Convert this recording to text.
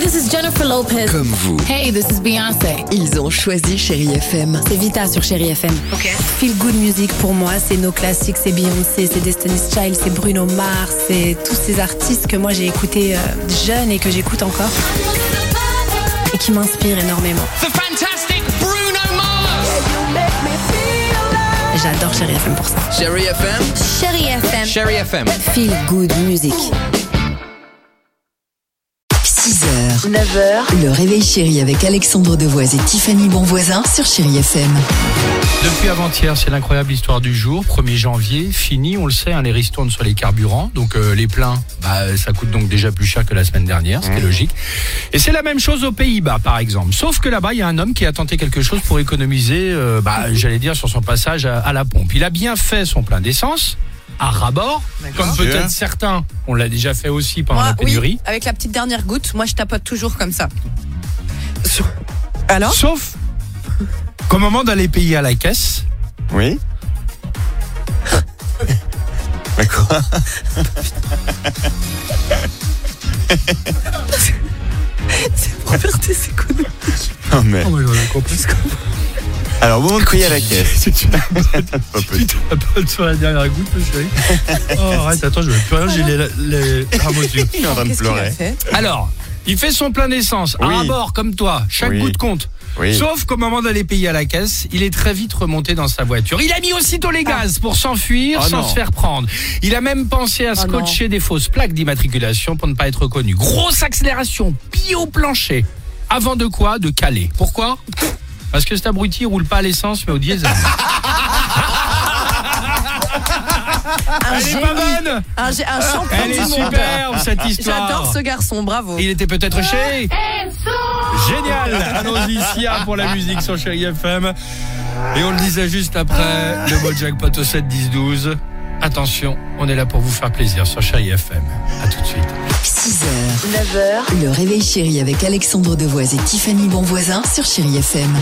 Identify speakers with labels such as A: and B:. A: this is Jennifer Lopez.
B: Comme vous,
A: Hey, this is Beyoncé.
C: Ils ont choisi Chérie FM.
A: C'est Vita sur Chérie FM.
C: Ok.
D: Feel Good Music pour moi, c'est nos classiques, c'est Beyoncé, c'est Destiny's Child, c'est Bruno Mars, c'est tous ces artistes que moi j'ai écoutés euh, jeune et que j'écoute encore et qui m'inspirent énormément.
E: The fantastic Bruno Mars.
D: J'adore Chérie FM pour ça.
B: Chérie FM,
A: Chérie FM.
E: Sherry FM.
C: Feel Good Music. 6h, 9h, le réveil chéri avec Alexandre Devoise et Tiffany Bonvoisin sur Chérie FM.
F: Depuis avant-hier, c'est l'incroyable histoire du jour. 1er janvier, fini, on le sait, hein, les ristournes sur les carburants. Donc euh, les pleins, bah, euh, ça coûte donc déjà plus cher que la semaine dernière, c'était logique. Et c'est la même chose aux Pays-Bas, par exemple. Sauf que là-bas, il y a un homme qui a tenté quelque chose pour économiser, euh, bah, j'allais dire, sur son passage à, à la pompe. Il a bien fait son plein d'essence, à rabord, comme peut-être certains. On l'a déjà fait aussi pendant la
G: Moi,
F: pénurie.
G: oui, avec la petite dernière goutte, moi je tapote toujours comme ça. Alors
F: Sauf qu'au moment d'aller payer à la caisse,
H: Oui. Mais quoi
G: Roberté, c'est quoi
H: Non mais. Alors au moment de payer à la caisse. Pas
F: Tu
H: possible.
F: tapotes sur la dernière goutte, chérie. Oh, arrête, attends, je veux plus rien, j'ai les, les larmes aux yeux.
H: Je suis en train de
G: Qu'est-ce qu'il a
H: pleurer.
G: fait
F: Alors, il fait son plein d'essence,
H: Oui.
F: à un bord, comme toi, chaque
H: Oui.
F: goutte compte.
H: Oui.
F: Sauf qu'au moment d'aller payer à la caisse, il est très vite remonté dans sa voiture. Il a mis aussitôt les gaz pour s'enfuir
H: Oh
F: sans
H: non.
F: se faire prendre. Il a même pensé à scotcher des fausses plaques d'immatriculation pour ne pas être reconnu. Grosse accélération, pied au plancher. Avant de quoi De caler. Pourquoi Parce que cet abruti roule pas à l'essence mais au diesel. Elle est pas bonne
G: un, gé- un champion
F: Elle
G: du
F: est
G: monde.
F: superbe cette histoire
G: J'adore ce garçon, bravo.
F: Il était peut-être chez. Génial Allons Isia pour la musique sur Chéri FM. Et on le disait juste après, le mot jackpot au 7 10 12. Attention, on est là pour vous faire plaisir sur Chéri FM. À tout de suite.
C: 6h, 9h, le réveil chéri avec Alexandre Devoise et Tiffany Bonvoisin sur Chérie FM.